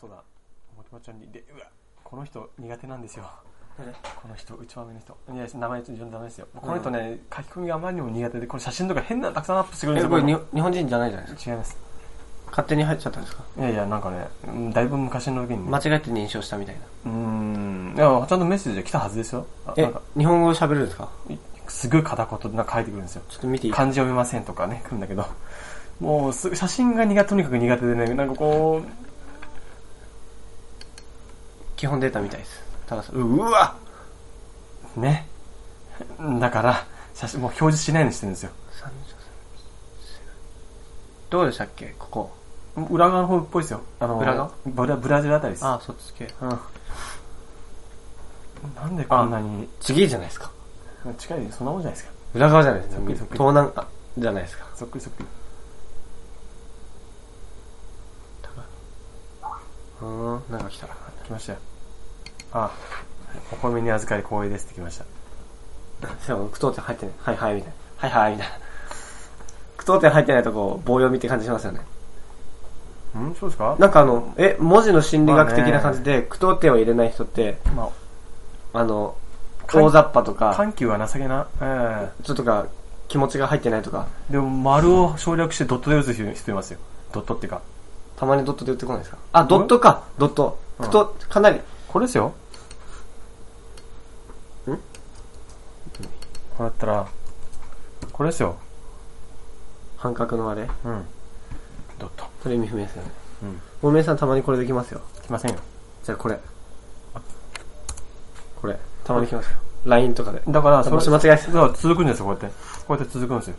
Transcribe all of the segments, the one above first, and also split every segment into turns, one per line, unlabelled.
そうだもきもちゃんにでうわこの人苦手なんですよ
誰
この人内豆の人いや名前ちょっと呼んだダメですよこの人ね、書き込みがあまりにも苦手でこれ写真とか変なのたくさんアップしてくるんで
え、
すよ
これに
こ
日本人じゃないじゃないですか。
れ違います
勝手に入っちゃったんですか
いやいやなんかねうんだいぶ昔の時にね、
間違って認証したみたいな。
うーんいやちゃんとメッセージが来たはずですよあ
え
なんか、
日本語喋れるんですか
すごい片言でなんか書いてくるんですよ
ちょっと見ていい
漢字読めませんとかね、来るんだけど、もうすぐ写真が苦手、とにかく苦手でね、なんかこ
基本データみたいです。たださん、ううわ
う、ね。だから、写真、もう表示しないようにしてるんですよ。
どうでしたっけここ。
裏側の方っぽいですよ。あの、
裏側
ブラブラジルあたりです。
あ、そっち系。うん。
なんでこんなに、
次じゃないですか。
近いそんなもんじゃないですか。
裏側じゃないですか。
そっくりそっくり
東南、あ、じゃないですか。
そっくりそっくり。
うーん、なんか来たら。
来ましたよ。あ、お米に預かり光栄ですって来ました。
そう、句読点入ってない。はいはい、みたいな。はいはい、みたいな。句読点入ってないとこう、棒読みって感じしますよね。
んそうですか
なんかあの、え、文字の心理学的な感じで、句読点を入れない人って、
ま
あの、
かん
大雑把と
あ、
か、
緩急は情けな。え
ちょっとか、気持ちが入ってないとか、
えでも、丸を省略してドットで打つ人人いますよ。ドットっていうか。
たまにドットで打ってこないですかあ、ドットか、ドット。
うん
句読、かなり、
これですよ。
ん
こうやったら、これですよ。
半角のあれ、
うん。ドット。
これ意味不明ですよね。
うん。
おめさんたまにこれできますよ。
来ませんよ。
じゃあこれ。これ、たまに来ますよ。LINE とかで。
だから、
あもし間違えた
だから続くんですよ、こうやって。こうやって続くんですよ。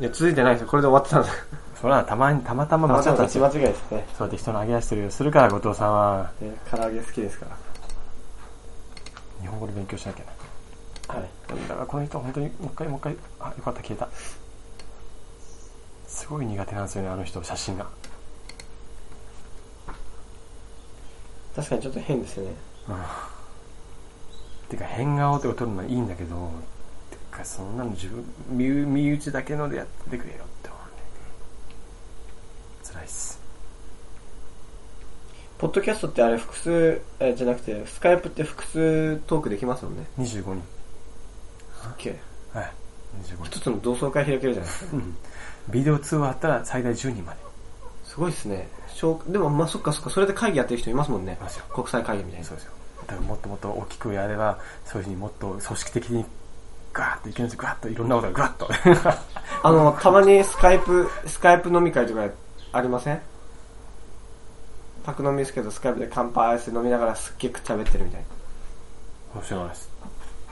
いや、続いてないですよ。これで終わってたん です。
そら、たまに、たまたま間違ったんですよ。
違いですね。
そうやって人の揚げ出してるよ。するから、後藤さんは。
で唐揚げ好きですか
日本語で勉強しなきゃな。
ら。はい。
だからこの人本当にもう一回もう一回あよかった消えたすごい苦手なんですよねあの人写真が
確かにちょっと変ですよね。
てか変顔とか撮るのはいいんだけどてかそんなの自分身身内だけのでやってくれよって思うんだよね辛いっす
ポッドキャストってあれ複数、えじゃなくて、スカイプって複数トークできますもんね。
25人
オッケー。
はい25人
一つの同窓会開けるじゃないですか。
ビデオ通話あったら最大10人まです
ごいですね。小でも、まあ、そっかそっか、それで会議やってる人いますもんね
い。ますよ
国際会議みたいな。
そうですよだからもっともっと大きくやればそういうふうにもっと組織的にガーッといけるんですよガーッといろんなことがガーッと
あの、たまにスカイプ、スカイプ飲み会とかありません宅飲みですけど、スカイプで乾杯して飲みながらすっげえくっちゃべってるみたいな。
面白いです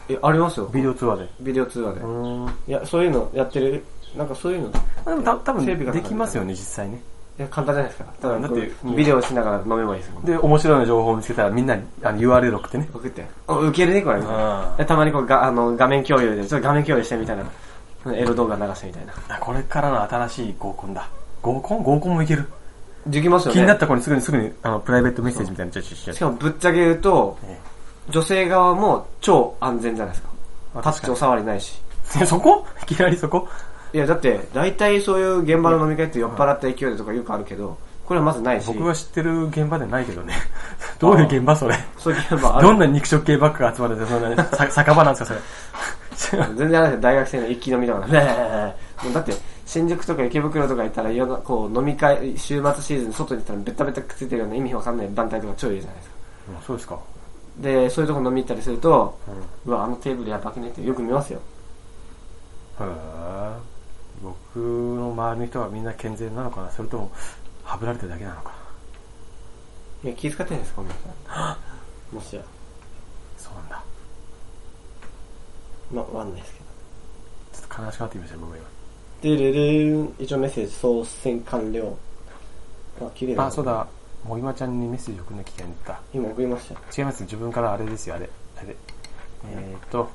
え、ありますよ。
ビデオ通話で
ビデオ通話で。
うん
いや、そういうのやってる、なんかそういうの、い
でもた多
整備
分
が
できますよね、実際ね。
や、簡単じゃないですか。ただ、
だ
だ
っ
ってて、ビデオしながら飲めばいいですもん。
で、面白い情報を見つけたらみんなにあの URL 送ってね。
送って。お、受けるね、これ。みたいなでたまにこうがあの、画面共有で、ちょっと画面共有してみたいな。エロ動画流してみたいな。
あこれからの新しい合コンだ。合コン合コンもいける。
できますよね。
気になった子にすぐにすぐにあのプライベートメッセージみたいなのちょちょちょ
しかもぶっちゃけ言うと、
え
女性側も超安全じゃないですか。
あ
タッチお触りないし。
え そこいきなりそこ
いや、だって、大体そういう現場の飲み会って酔っ払った勢いでとかよくあるけど、これはまずないし、
僕が知ってる現場でないけどね。 どういう現場それ。
そういう現場あ
どん
る。
な肉食系ばっかが集まってて、 そんな、ね、さ酒場なんですか、そ れ。
全然あれですよ大学生の一気飲みだからね。もうだって、新宿とか池袋とか行ったら、夜なこう飲み会、週末シーズン外に行ったらベタベタくっついてるような意味わかんない団体とか超いるじゃないですか。
もうそうですか。
で、そういうとこ飲み行ったりすると、うわ、あのテーブルやばくねってよく見ますよ。
へえ僕の周りの人はみんな健全なのかなそれとも、はぶられてるだけなのかな。
いや、気遣ってないですか、こんな人。もしや。
そうなんだ。
まあ、わかんないですけど。
ちょっと悲しくなってきましたよ、僕今。
でれれん、一応メッセージ、送信完了。あ、綺麗だ。
あ、そう。だ。もぎまちゃんにメッセージ送んなきゃいけないんだっ
今送りましたよ。
た。違います。自分からあれですよ、あれ。あれ。えっ、ー、と、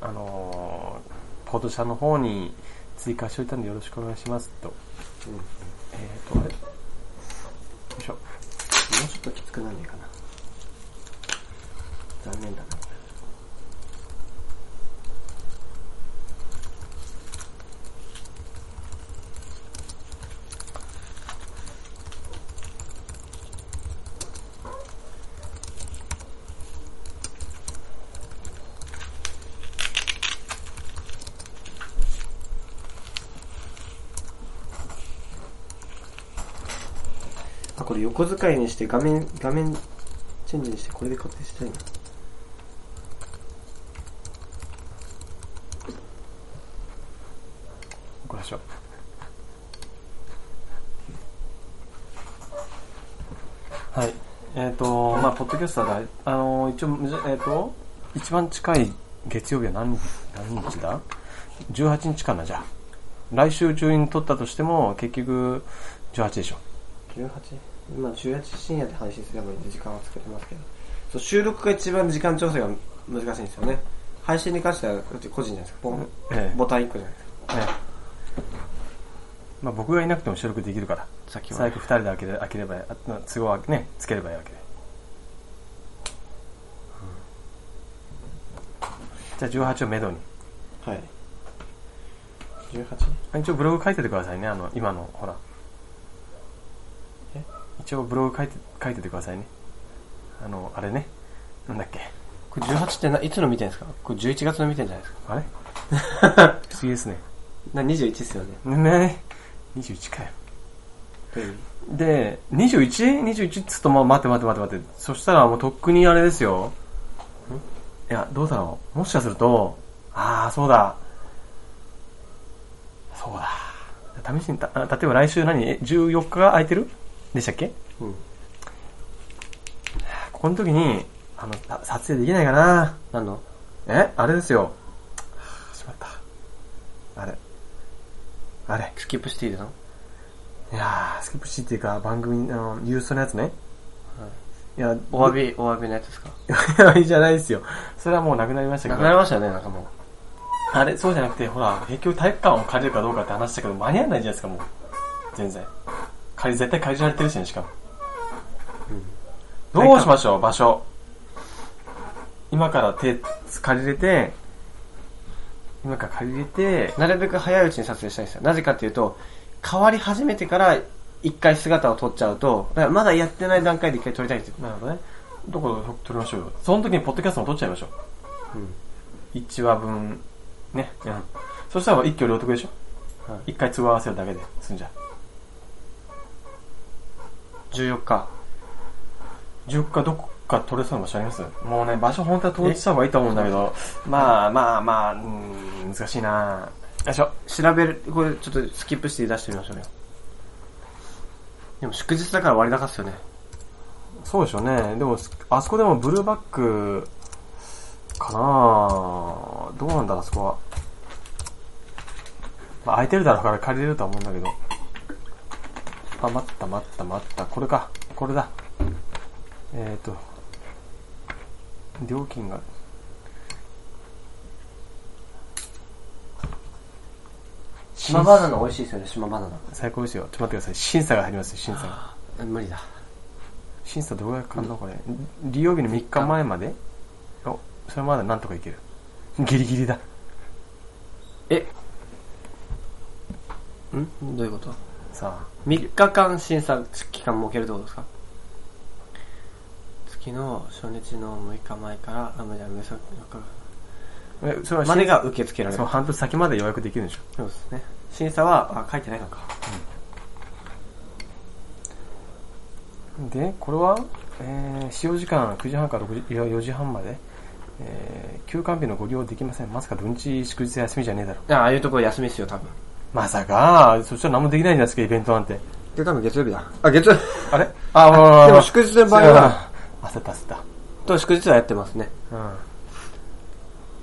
あのー、ポート社の方に追加しといたんでよろしくお願いしますと。
うん。も
えっ、ー、と、あれ。よいしょ。
うちょっときつくなんねえかな。残念だな。あ、これ横使いにして画面、画面チェンジにしてこれで固定したいな。
怒らしょ。はい。えっ、と、まあポッドキャスターだ、あの一応、むずえっ、と、一番近い月曜日は何日、何日だ ?18 日かな、じゃあ。来週中に撮ったとしても、結局、18でしょ。
18? 今18深夜で配信すればいいんで時間は作れますけど。そう、収録が一番時間調整が難しいんですよね。配信に関してはこっち個人じゃないですか。ボン
ええ
ボタン1個じゃないですか。
ええまあ、僕がいなくても収録できるから。
さっき
最悪二人で開けれ開ければあ都合はねつければいいわけで、じゃあ18をめどに
はい。18?
一応ブログ書いててくださいねあの今のほら
え
一応ブログ書いて書いててくださいねあのあれねなんだっけ
これ18ってないつの見てるんですかこれ11月の見てるんじゃないですか
あれ次ですね
な ?21 ですよね。
ね21かよ
という
で 21?21 21っつうとまあ待って待って待って待ってそしたらもうとっくにあれですよいやどうだろうもしかするとああそうだそうだ試しにたあ例えば来週何え14日が空いてるでしたっけ
うん。
ここの時にあのた撮影できないかな
何の
えあれですよはあしまったあれあれ
スキップしていいの
いやースキップシーっていうか番組あのユーストのやつね、いや
お詫び、お詫びのやつですか
いやじゃないですよ。それはもうなくなりましたけ
な
ど。
くなりましたよね、なんかもう。
あれ、そうじゃなくて、ほら、結局体育館を借りるかどうかって話したけど、間に合わないじゃないですか、もう。全然。借り、絶対借りられてるしね、しかも。どうしましょう、場所。今から手、借りれて、今から借りれて、
なるべく早いうちに撮影したいんですよ。なぜかっていうと、変わり始めてから一回姿を撮っちゃうと、だからまだやってない段階で一回撮りたいんですよ。
なるほどね。どこ撮りましょうよ。その時にポッドキャストも撮っちゃいましょ
うん。
う。1話分、ね。うん。そしたら一挙両得でしょ。
はい
一回都合合わせるだけで済んじゃう。
14日。
10かどこか取れそうな場所ありますもうね、場所本当は統一した方がいいと思うんだけど、まあまあまあ、うーん、難しいなよいしょ。
調べる、これちょっとスキップして出してみましょうよ。でも祝日だから割高っすよね。
そうでしょうね。でも、すあそこでもブルーバック、かなあどうなんだろう、あそこは。まあ、空いてるだろうから借りれるとは思うんだけど。あ、待った待った待った。これか。これだ。えっ、ー、と、料金が。
島バナナ美味しいですよね、島バナ
最高ですよ。ちょっと待ってください。審査が入りますよ、審査が。
ナ。無理だ。
審査どれぐらいかかるのこれ。利用日の3日前までお、それまでなんとかいける。ギリギリだ。
えんどういうこと
さ
?3 日間審査期間設けるってことですか月の初日の6日前から、あ、無理だ、無理だ、
あ。えそれは
まで
審
が受け付けられ
査、そ
る
の。半年先まで予約できるんでしょ。
そうですね。審査は、あ、書いてないのか。
で、これは、えー、使用時間9時半から6時いや4時半まで。えー、休館日のご利用できません。まさか土日祝日休みじゃねえだろ。
あああいうところ休みっすよ、多分。
まさか、そしたら何もできないじゃないですか、イベントなんて。
で、多分月曜日だ。あ、月曜日。
あれあ、わわわわ
でも祝日の場合は、
焦った焦った。
と祝日はやってますね。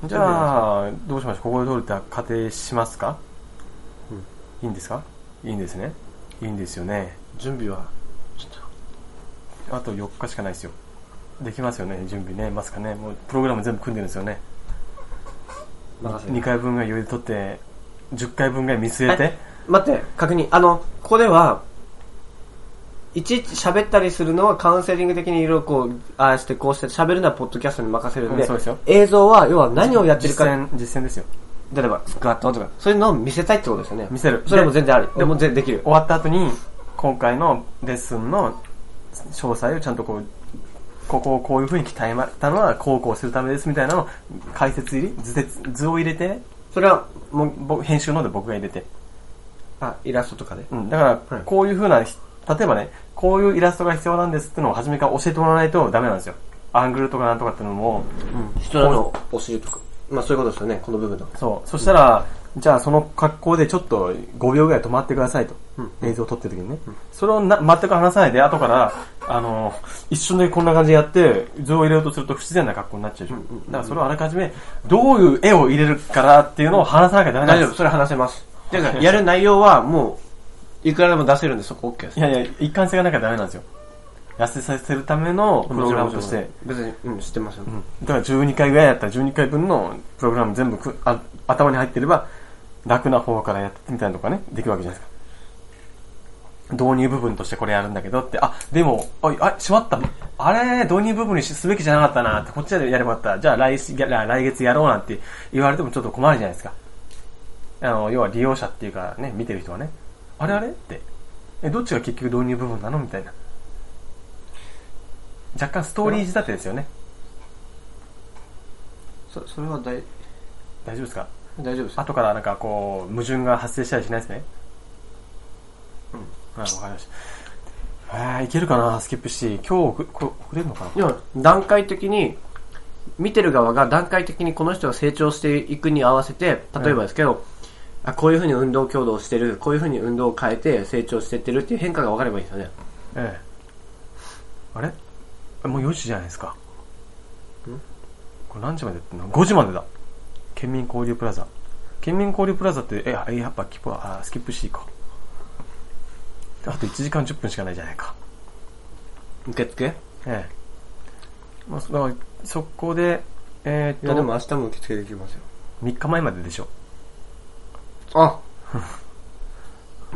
うん、じゃあ、どうしましょう、ここで取れた仮定しますか、
うん
いいんですかいいんですね。いいんですよね。
準備は、ちょっと。
あと4日しかないですよ。できますよね、準備ね、ますかね。もうプログラム全部組んでるんですよね。
任せ
2回分が余裕で取って、10回分ぐらい見据えて、
待って、確認。あの、ここでは、いちいち喋ったりするのはカウンセリング的にいろいろこう、ああしてこうして喋るのはポッドキャストに任せるんで、
うんそうですよ
映像は要は何をやってる
実
か、
践、実践ですよ。
例えばスクワットとか、そういうのを見せたいってことですよね。
見せる。
それも
で
全然あり。でも全然できる。
終わった後に、今回のレッスンの詳細をちゃんとこう、ここをこういう風に鍛えましたのは、こうこうするためですみたいなのを解説入り、図で図を入れてね、
それは、もう、
僕編集ので僕が入れて。
あ、イラストとかで。
うん、だから、
はい
こういう風なひ例えばね、こういうイラストが必要なんですってのを初めから教えてもらわないとダメなんですよ。アングルとかなんとかってのも、
人らのお尻とか。まあそういうことですよね、この部分の。
そう。そしたら、じゃあその格好でちょっと5秒ぐらい止まってくださいと。
うん
映像を撮ってる時にね。それをな全く話さないで、後から、あの、一瞬でこんな感じでやって、図を入れようとすると不自然な格好になっちゃうでしょ。だからそれをあらかじめ、どういう絵を入れるからっていうのを話さなきゃダメなん
大
で
丈
す
夫、それ話せます。てか、やる内容はもう、いくらでも出せるんで、そこ OK です
い。やいや、一貫性がなきゃダメなんですよ。痩せさせるためのプログラムとして。。
別に、うん、知ってますよ。
だから12回ぐらいやったら12回分のプログラム全部くあ頭に入ってれば楽な方からやってみたいなとかね、できるわけじゃないですか。導入部分としてこれやるんだけどって、あ、でも、あ、あしまった。あれ、導入部分にしすべきじゃなかったなって、こっちでやればよかった。じゃあ来し来来月やろうなんて言われてもちょっと困るじゃないですか。あの、要は利用者っていうかね、見てる人はね、あれあれって、え、どっちが結局導入部分なのみたいな。若干ストーリー仕立てですよね。
そそれは大、
大丈夫ですか
大丈夫です。
後からなんかこう矛盾が発生したりしないですねうんあわかりましたえー、いけるかなスキップして今日遅こ遅れるのかな
でも、段階的に、見てる側が段階的にこの人が成長していくに合わせて、例えばですけど、あこういうふうに運動強度をしてる、こういうふうに運動を変えて成長してってるっていう変化が分かればいいんですよね。
ええあれあもう4時じゃないですかこれ何時までやってんの ?5 時までだ県民交流プラザ県民交流プラザってえあやっぱキプあスキップしていいかあと1時間10分しかないじゃないか
受付い
ええまあ、そだからそこでえー、っと
明日も受付できますよ。
3日前まででしょ
あ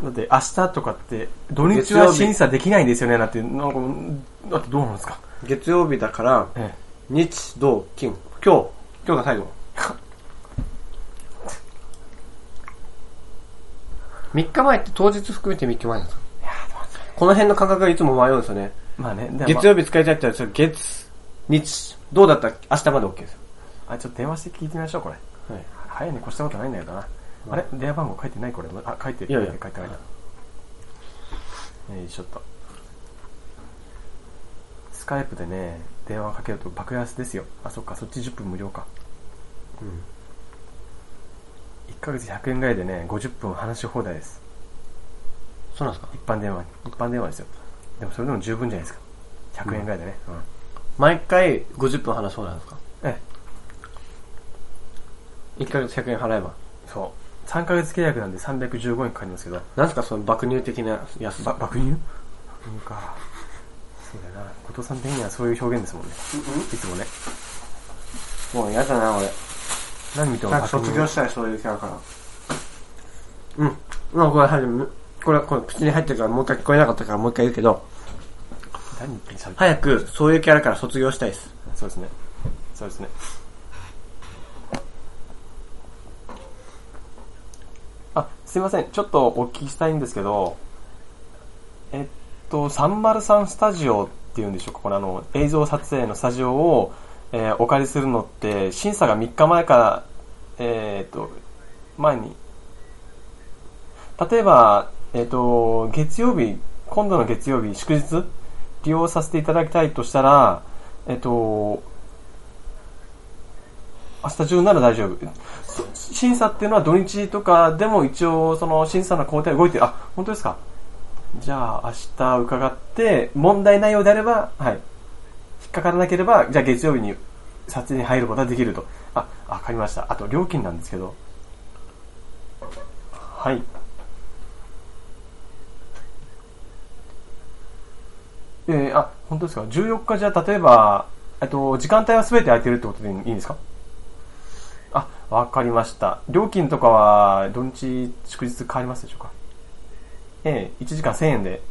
だって明日とかって土日は審査できないんですよねなんてなんかだってどうなんですか、
月曜日だから、
え
日、土、金。今日、今日が最 後。3日前って当日含めて3日前なんですかこの辺の感覚がいつも迷うんですよね。
え、まあねでも
月曜日使いたいって言ったら、月、日、どうだったら明日まで OK ですよ。
あちょっと電話して聞いてみましょうこれ
はい。
早いに越したことないんだけどな、あれ電話番号書いてないこれあ書いてる
いやいや
書いて書いてよいしょっとスカイプでね電話かけると爆安ですよあそっかそっち10分無料か
うん
1ヶ月100円ぐらいでね50分話し放題です
そうなんですか
一般電話一般電話ですよでもそれでも十分じゃないですか100円ぐらいでね、うん
毎回50分話そうなんですか
え
1ヶ月100円払えば。
えそう3ヶ月契約なんで315円かかりますけど
なんですかその爆乳的な安
ば
さ。
爆乳爆乳かそうだな後藤さん的にはそういう表現ですもんねいつもね
もう嫌だな、俺。
何見ても
なんか
爆
卒
乳
業したらそういうキャラから。うん。まあこれはい、これ、これ口に入ってるからもう一回聞こえなかったからもう一回言うけど、
何言ってんの
早くそういうキャラから卒業したいです。
そうですねそうですねあすいませんちょっとお聞きしたいんですけどえっと303スタジオっていうんでしょうかこれあの映像撮影のスタジオを、えーお借りするのって審査が3日前からえーっと前に例えばえっと月曜日今度の月曜日祝日利用させていただきたいとしたらえっと、明日中なら大丈夫。そ審査っていうのは土日とかでも一応その審査の工程は動いてる。あ、本当ですか。じゃあ明日伺って、問題内容であれば、はい。引っかからなければ、じゃあ月曜日に撮影に入ることができると。あ、わかりました。あと料金なんですけど。はい。えー、あ、本当ですか。14日じゃあ、例えば、えっと、時間帯は全て空いてるってことでいいんですかあ、わかりました。料金とかは、土日、祝日変わりますでしょうかええ1時間1000円で。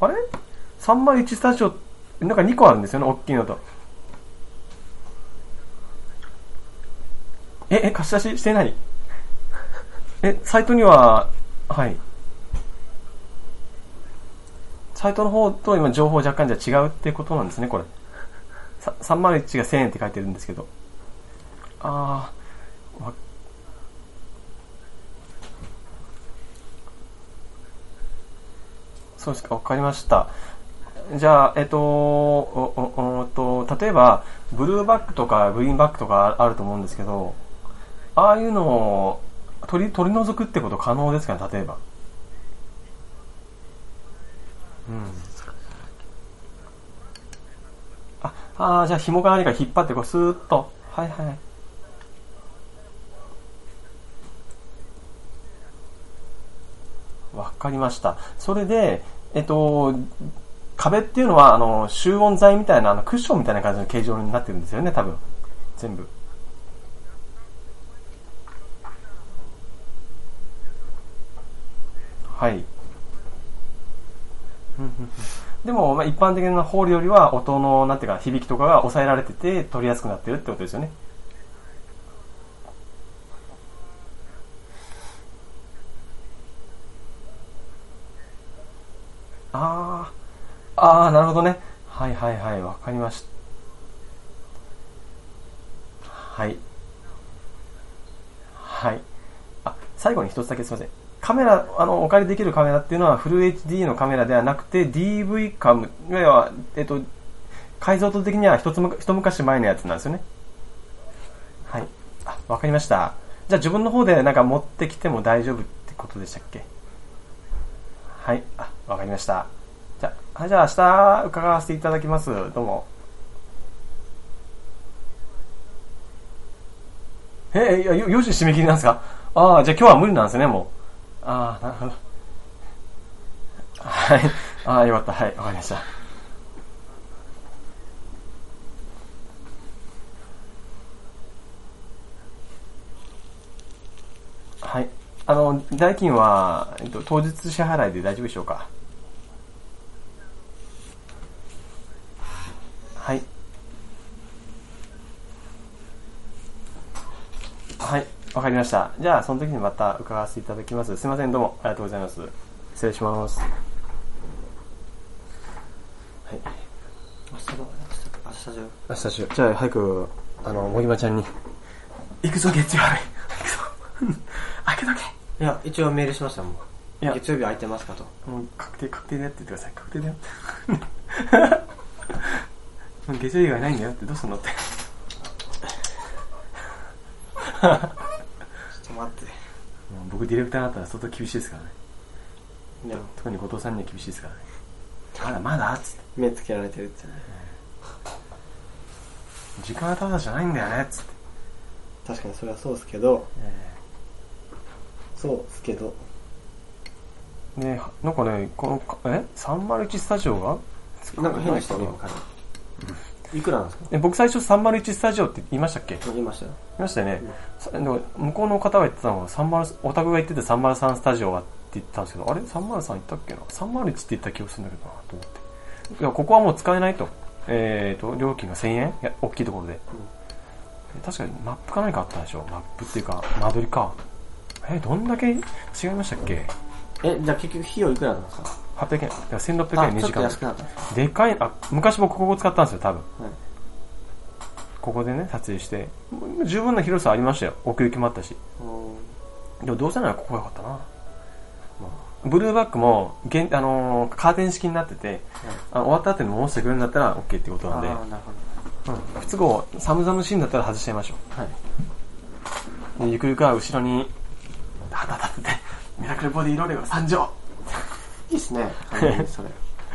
あれ ?301 スタジオ、なんか2個あるんですよね、大きいのと。え、え、貸し出ししてないえ、サイトには、はい。サイトの方と今情報若干じゃ違うってことなんですね、これ。さ301が1000円って書いてるんですけど。あー、わそうですか、わかりました。じゃあ、えっと、おおおっと、例えば、ブルーバックとかグリーンバックとかあると思うんですけど、ああいうのを取り取り除くってこと可能ですかね、例えば。うん。あ、あーじゃあ紐か何か引っ張って、こう、スーッと。はいはい。わかりました。それで、えっと、壁っていうのは、あの、集音材みたいな、あの、クッションみたいな感じの形状になってるんですよね、多分。全部。はい。うんうんうんでも、まあ、一般的なホールよりは、音の、なんていうか、響きとかが抑えられてて、取りやすくなってるってことですよね。ああ、ああ、なるほどね。はいはいはい、わかりました。はい。はい。あ、最後に一つだけすいません。カメラ、あの、お借りできるカメラっていうのはフル HD のカメラではなくて DV カム、いわゆるは、えっと、解像度的には一つむか一昔前のやつなんですよね。はい。あ、わかりました。じゃあ自分の方でなんか持ってきても大丈夫ってことでしたっけはい。あ、わかりました。じゃあ、はいじゃあ明日伺わせていただきます。どうも。え、えいや、よ4時締め切りなんですかああ、じゃあ今日は無理なんですね、もう。ああ、なるほど。はい。ああ、よかった。はい、わかりました。はい。あの、代金は、えっと、当日支払いで大丈夫でしょうかはい。はい、わかりました。じゃあ、その時にまた伺わせていただきます。すいません、どうもありがとうございます。失礼します。はい。
明日だ明日だよ
明日しよう。じゃあ、早く、あの、もぎまちゃんに。行くぞ、月曜日。行くぞ。 開けと
いや一応メールしましたもん
いや
月曜日空いてますかと
け。もう、確定、確定でやって言ってください。確定だよ。 もう月曜日がいないんだよって、どうすんのって。
ちょっと待って
もう僕、ディレクターだったら相当厳しいですからね。
でも
特に後藤さんには厳しいですからね。まだまだっつって。
目つけられてるってね
時間はただじゃないんだよねっつって。
確かにそれはそうですけどそうですけど
ねなんかね、このか、え ?301 スタジオが
なんか変な人が今からいくらなんですか
え僕最初301スタジオって言いましたっけ
言いましたよ
いましたよね。さでも向こうの方が言ってたのは、30オタクが言ってて303スタジオはって言ってたんですけど、あれ ?303 言ったっけな ?301 って言った気がするんだけどなと思って。いや、ここはもう使えないと。えーと、料金が1000円いや、大きいところで。確かにマップか何かあったでしょマップっていうか、間取りか。え、どんだけ違いましたっけ
えじゃあ結局費用いくらなんですか
?800 円。いや、1600
あ
円2
ちょっ
時
と
間です
安くなったんです
でかい、あ、昔僕ここ使ったんですよ、多分。
はい
ここでね、撮影して。十分な広さありましたよ。奥行きもあったし。
うん
でもどうせならここが良かったな。ブルーバックも、現あのーカーテン式になってて、あの終わった後に戻してくれるんだったら OK ってこと
あ
な
あ
んで、
なるほ
うん、不都合、寒々しいんだったら外しちゃいましょ。
どはいう
でゆくゆくは後ろに、旗立てて、ミラクルボディーローレが参上
いいっすね完全にそ れ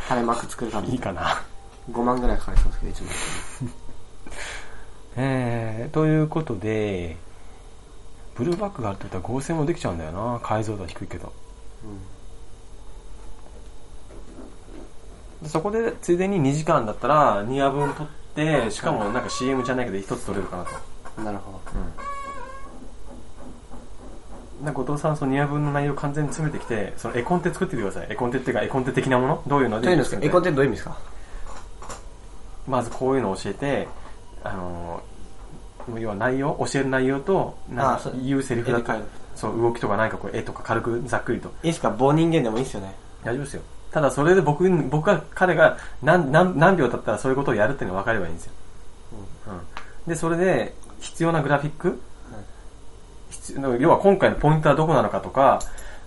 垂れ幕作る感
いい
じ
かな。
5万ぐらいかかりそうですけど一万
えー、ということで、ブルーバックがあるってことは合成もできちゃうんだよな。解像度は低いけど。でそこで、ついでに2時間だったら2夜分撮って、しかもなんか CM じゃないけど1つ撮れるかなと。
うんなるほど
なんか後藤さん、その2夜分の内容を完全に詰めてきて、その絵コンテ作ってみてください。絵コンテっていうか、絵コンテ的なものどういうの
というのですか
作
エ
り
コン
たい
テンツどういう意味ですか
まずこういうのを教えて、あのー、もう要は内容、教える内容と、な
あ
ん
そ
か
う
言うセリフだと
絵で描いて、
そう、動きとか何かこう絵とか軽くざっくりと。
いいっすか棒人間でもいいっすよね
大丈夫ですよ。ただそれで僕に、僕は彼が何何何秒経ったらそういうことをやるっていうのが分かればいいんですよ。うんで、それで必要なグラフィック、必要要は今回のポイントはどこなのかとか、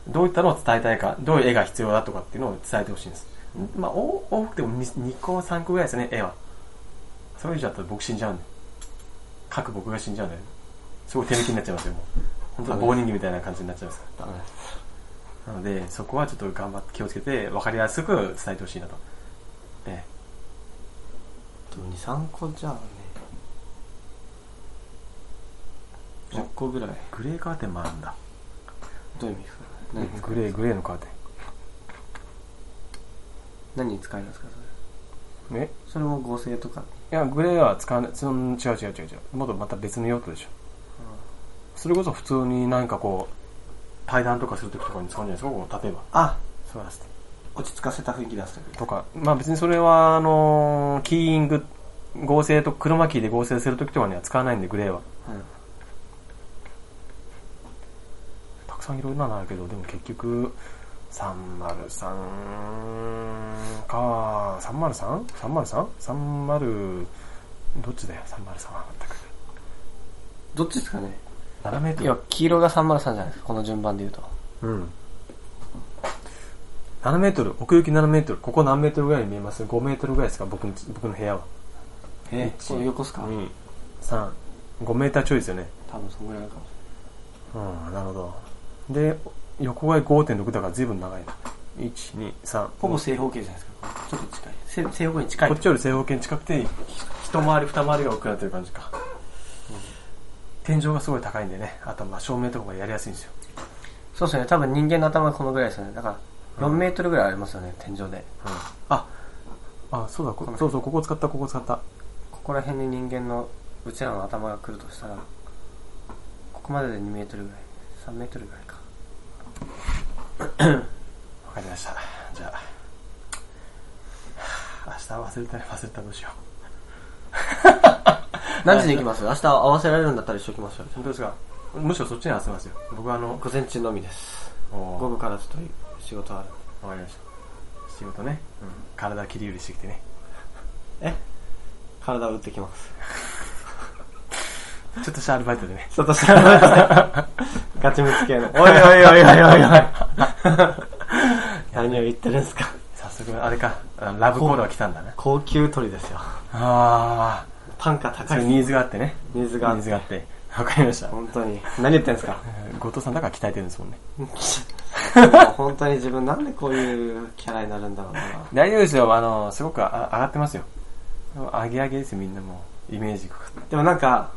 どういったのを伝えたいか、どういう絵が必要だとかっていうのを伝えてほしいんです。まあ、お多くても 2, 個、3個ぐらいですね、絵は。それ以上だったら僕死んじゃうんで。書く僕が死んじゃうんで。すごい手抜きになっちゃいますよ、もう。本当に棒人間みたいな感じになっちゃいますから。なので、そこはちょっと頑張って気をつけて、分かりやすく伝えてほしいなと。え
2、3個じゃあね。10個ぐらい。
えグレーカーテンもあるんだ。
どういう意味ですか何ですか
グレー、グレーのカーテ
何に使いますかそれ。
ン。ね
それも合成とか。
いや、グレーは使わない、その違う違う違う違う。もっとまた別の用途でしょ。それこそ普通になんかこう、対談とかするときとかに使うんじゃないですか、こう例えば。
あ、
そうです。
落ち着かせた雰囲気出すと
とか、まあ別にそれは、あのーキーイング、合成と、黒巻きで合成するときとかには使わないんで、グレーは。
うん
たくさんいろんなのあるけど、でも結局、303か、303?303?30、どっちだよ、303は全く。
どっちですかね
7メート
い
ル
や。、黄色が303じゃないですか、この順番で言うと。
うん。7メートル、奥行き7メートル、ここ何メートルぐらいに見えます ?5 メートルぐらいですか僕の、僕の部屋は。
え
一
そういう横っすか、
2、3、5メーターちょいですよね。
多分そんぐらいかもし
うん、なるほど。で、横が5.6だから随分長いな。1、2、3。
れない。ほぼ正方形じゃないですか。ちょっと近い。せ正方形に近い
こっ。ちより正方形に近くて、一回り二回りが多くなってる感じか。天井がすごい高いんでね、あとまあ照明とかもやりやすいんですよ。
そうですね、多分人間の頭がこのぐらいですよね。だから、4メートルぐらいありますよね、天井で。
あ、あ、そうだ、こそうそう、ここ使った、ここ使った。
ここら辺に人間の、うちらの頭が来るとしたら、ここまでで2メートルぐらい、3メートルぐらいか。
わかりました。じゃあ、明日忘れたら忘れたらどうしよ う。
何時に行きます明日合わせられるんだったら一緒に行きましょう。
本当ですかむしろそっちに合わせますよ。僕はあの、
午前中のみです。午
お
後からちょっと仕事ある。
ーわかりました。仕事ね、体切り売りしてきてね。
体を打ってきます。
ちょっとしたアルバイトでね。
ちょっとしたら、ガチムチ系の。おいおいおいおいおいおい。何を言ってるんですか。
早速、あれか、あのラブコールが来たんだね。
高級鳥ですよ。
あ
単価
あ、そ
高
れ
い。
ニーズがあってね。
ニーズ
ニ
があ
ー
って
ズがあって。わかりました。
本当に。何言ってんですか。
後藤さんだから鍛えてるんですもんね。
本当に自分なんでこういうキャラになるんだろうな。
大丈夫ですよ。あの、すごくあ上がってますよ。上げ上げですよ、みんなもう。イメージが。
でもなんか、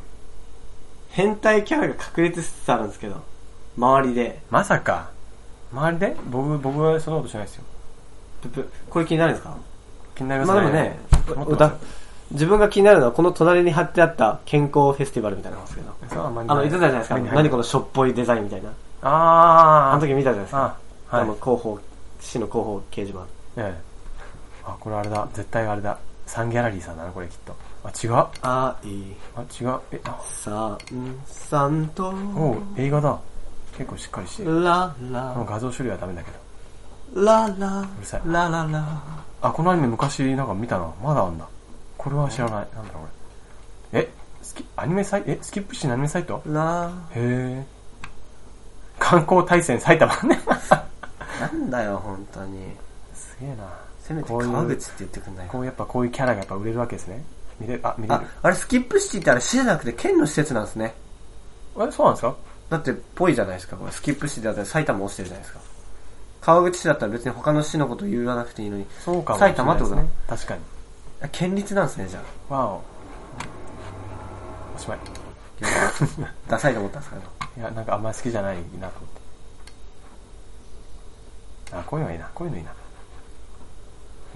変態キャラが確立しつつあるんですけど、周りで、
まさか、周りで僕、僕はそんなことしないですよ。
ぷぷこれ気になるんですか
気になります
まあでもね、
持って
お
ます
だ自分が気になるのはこの隣に貼ってあった健康フェスティバルみたいなのなんですけど、
そうあんまり
あの、言ってたじゃないですか、何
の。
このしょっぽいデザインみたいな。
あー、
あの時見たじゃないですか。
あ、
あ
はい
の、。広報、市の広報掲示板。
ええあ、これあれだ。絶対あれだ。サンギャラリーさんだな、これきっと。あ、違う。あ、
あい
違う。え、あ、
さんさんと、
おう映画だ。結構しっかりしてる。
ラ
あの
ラ、
画像処理はダメだけど。
ララ
うるさい、
ラララ。
あ、このアニメ昔なんか見たな。まだあんだ。これは知らない。なんだこれ。え、スキ、アニメサイ、え、スキップシーのアニメサイト
ラ
へえ。観光大戦 埼玉ね。
なんだよ、本当に。
すげえな。
せめて
こういう
川口って言ってくんない
こうやっぱこういうキャラがやっぱ売れるわけですね。見れる、あ、見れ
あ
る。、
あれスキップシティってあれ市じゃなくて県の施設なんですね。
え、そうなんですか
だって、ぽいじゃないですか、これ。スキップシティだったら埼玉を押してるじゃないですか。川口市だったら別に他の市のこと言わなくていいのに。
そうかもしれない
埼玉ってことね。
確かに。
あ県立なんですね、じゃあ。
わお。おしまい。
ダサいと思ったんですかね。
いや、なんかあんまり好きじゃないなと思って。あ、こういうのがいいな。こういうのいいな。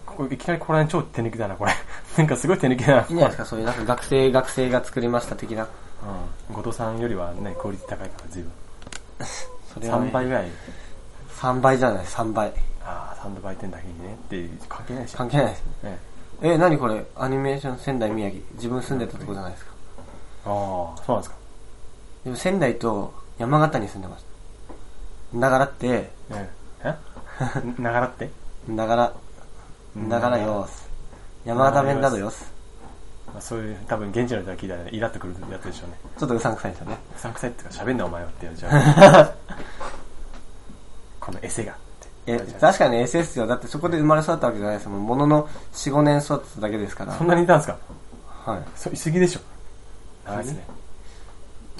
ここいきなりここら辺超手抜きだな、これ。 なんかすごい手抜きだな。
いいんじゃないですか、そういうなんか学生、学生が作りました的な。
うん。後藤さんよりはね、クオリティ高いから、随分。
それは、
3倍。ぐらい。
3倍じゃない、3倍。
ああ、サンドバイテンだけにねっていう、関係ないし。
関係ないです
え
ね。
え
え、何これアニメーション仙台宮城。自分住んでたとこじゃないですか。
ああ、そうなんですか。
でも仙台と山形に住んでました。だからって、
ええ。 えながら って
だから、だからよーす。山形弁などよーす。
まあ、そういう、多分現地の人が聞いたらね、イラっとくるやつでしょうね。
ちょっとうさんくさいんですよね。
うさんくさいっていうか、喋んなお前はってやるじゃん。エセがって
え、確かに SS ですよ。だってそこで生まれ育ったわけじゃないですもん。ものの4、5年育っただけですから。
そんなにいたんですか
は
そう、いすぎでしょ。長いですね。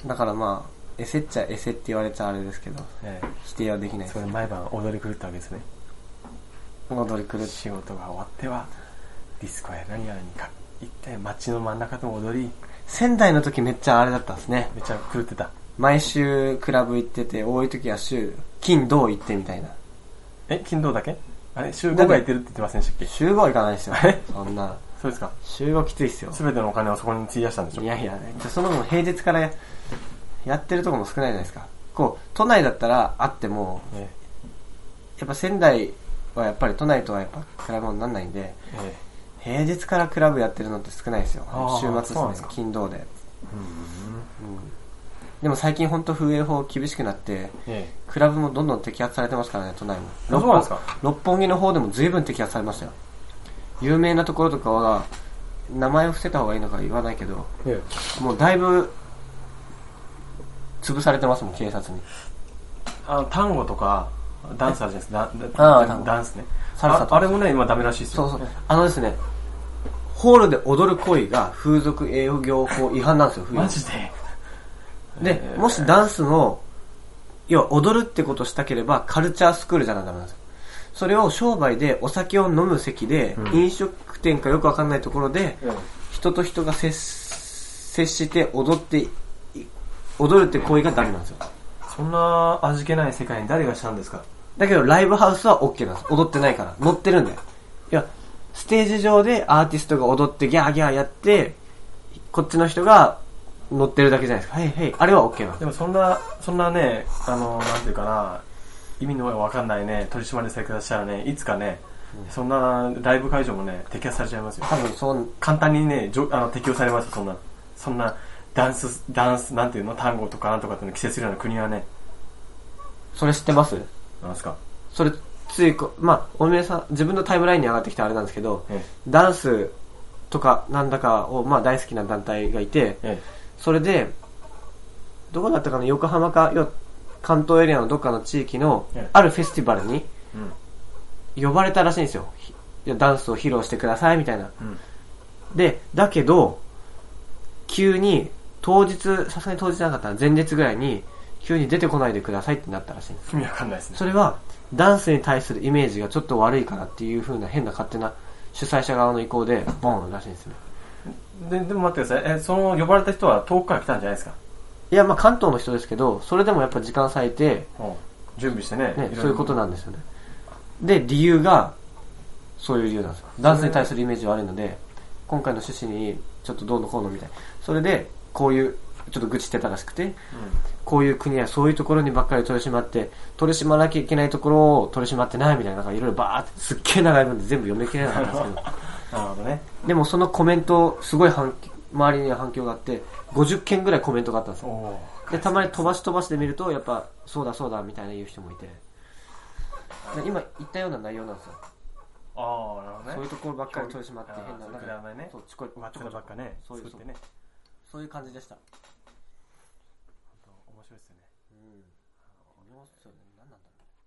い。だからまあ、エセっちゃエセって言われちゃあれですけど、
え
否定はできな
え
いで
それ
す。
で毎晩踊り狂ったわけですね。
踊り狂って。
仕事が終わっては、ディスコや何やらにか行って、街の真ん中で踊り、
仙台の時めっちゃあれだったんですね。
めちゃ狂ってた。
毎週クラブ行ってて、多い時は週、金、銅行ってみたいな。
え、金土だけあれ週5が行ってるって言ってませんでしたっけ
週5は行かないで すよ
え。
そんな。
そうですか。
週5きついっすよ。
すべてのお金をそこに費やしたんでしょ
いやいや、じゃあその分平日からややってるとこも少ないじゃないですか。こう、都内だったらあっても、
え
やっぱ仙台はやっぱり都内とはやっぱ比べ物にならないんで、
ええ
平日からクラブやってるのって少ないですよ。
あー
週末で
そうなんですす
ね
か、
金土で。
え
でも最近ほんと風営法厳しくなって、
ええ
クラブもどんどん摘発されてますからね、都内も。
あそうなんですか
六本木の方でも随分摘発されましたよ。有名なところとかは、名前を伏せた方がいいのか言わないけど、
え
もうだいぶ、潰されてますもん、警察に。
えあの、単語とか、ダンスあるじゃないですか。
あ
ダ
あ
ン
単語
ダンスね。
サルサ
あ
とか
あれもね、今ダメらしいです
そ
よ。
うそう。あのですね、ホールで踊る行為が風俗営業法違反なんですよ、風
マ
俗
ジで
で
え、ー
もしダンスの、要は踊るってことをしたければ、カルチャースクールじゃなきゃダメなんですよ。それを商売でお酒を飲む席で、
うん
飲食店かよくわかんないところで、
え
人と人が接接して踊ってい、踊るって行為がダメなんですよ。
そんな味気ない世界に誰がしたんですか
だけどライブハウスは OK なんです。踊ってないから。乗ってるんだよ。いや、ステージ上でアーティストが踊ってギャーギャーやって、こっちの人が乗ってるだけじゃないですか。はいはい。あれは OK なんです。
でもそんな、そんなね、あの、なんていうかな、意味のわかんないね、取り締まりされ方したらね、いつかね、そんなライブ会場もね、摘発されちゃいますよ。
多分そう、
簡単にね、じょあの適用されますよ、そんな。そんな、ダンス、ダンス、なんていうの、単語とかなんとかっていうの規制するような国はね、
それ知ってます
なんすか。
それ、ついこ、まあ、おめさん、自分のタイムラインに上がってきたあれなんですけど、
え
ダンスとかなんだかを、まあ、大好きな団体がいて、
え、え
それで、どこだったかな、横浜か、要は関東エリアのどっかの地域の
ええ、
あるフェスティバルに
え、うん、
呼ばれたらしいんですよ。ひいやダンスを披露してください、みたいな。
うん。
で、だけど、急に、当日、さすがに当日じゃなかったな、前日ぐらいに、急に出てこないでくださいってなったらしいんです
意味わかんないですね。
それはダンスに対するイメージがちょっと悪いからっていう風な変な勝手な主催者側の意向でボンらしいんですね
で、でも待ってください。え、その呼ばれた人は遠くから来たんじゃないですか。
いやまあ関東の人ですけどそれでもやっぱ時間割いて、
うん準備してね。
ね、そういうこと
な
なんですよねで理由がそういう理由なんですよダンスに対するイメージ悪いので今回の趣旨にちょっとどうのこうのみたいそれでこういうちょっと愚痴してたらしくてこういう国はそういうところにばっかり取り締まって、取り締まらなきゃいけないところを取り締まってないみたいな、なんかいろいろバーって、すっげえ長い文で全部読み切れなかったんですけど、
なるほどね。
でもそのコメント、すごい反響周りには反響があって、50件ぐらいコメントがあったんです
お
よ。
お
で、たまに飛ばし飛ばしで見ると、やっぱ、そうだそうだみたいな言う人もいて。で今言ったような内容なんですよ。
ああ、なるほどね。
そういうところばっかり取り締まって変な、
あー
な
そうくだらない
んか
ね
そう、ちこい、
わっちゃばっかね、
そういう
作ってね。
そういう感じでした。
面白いですよね。
うん。ありますよね。何なんだろう。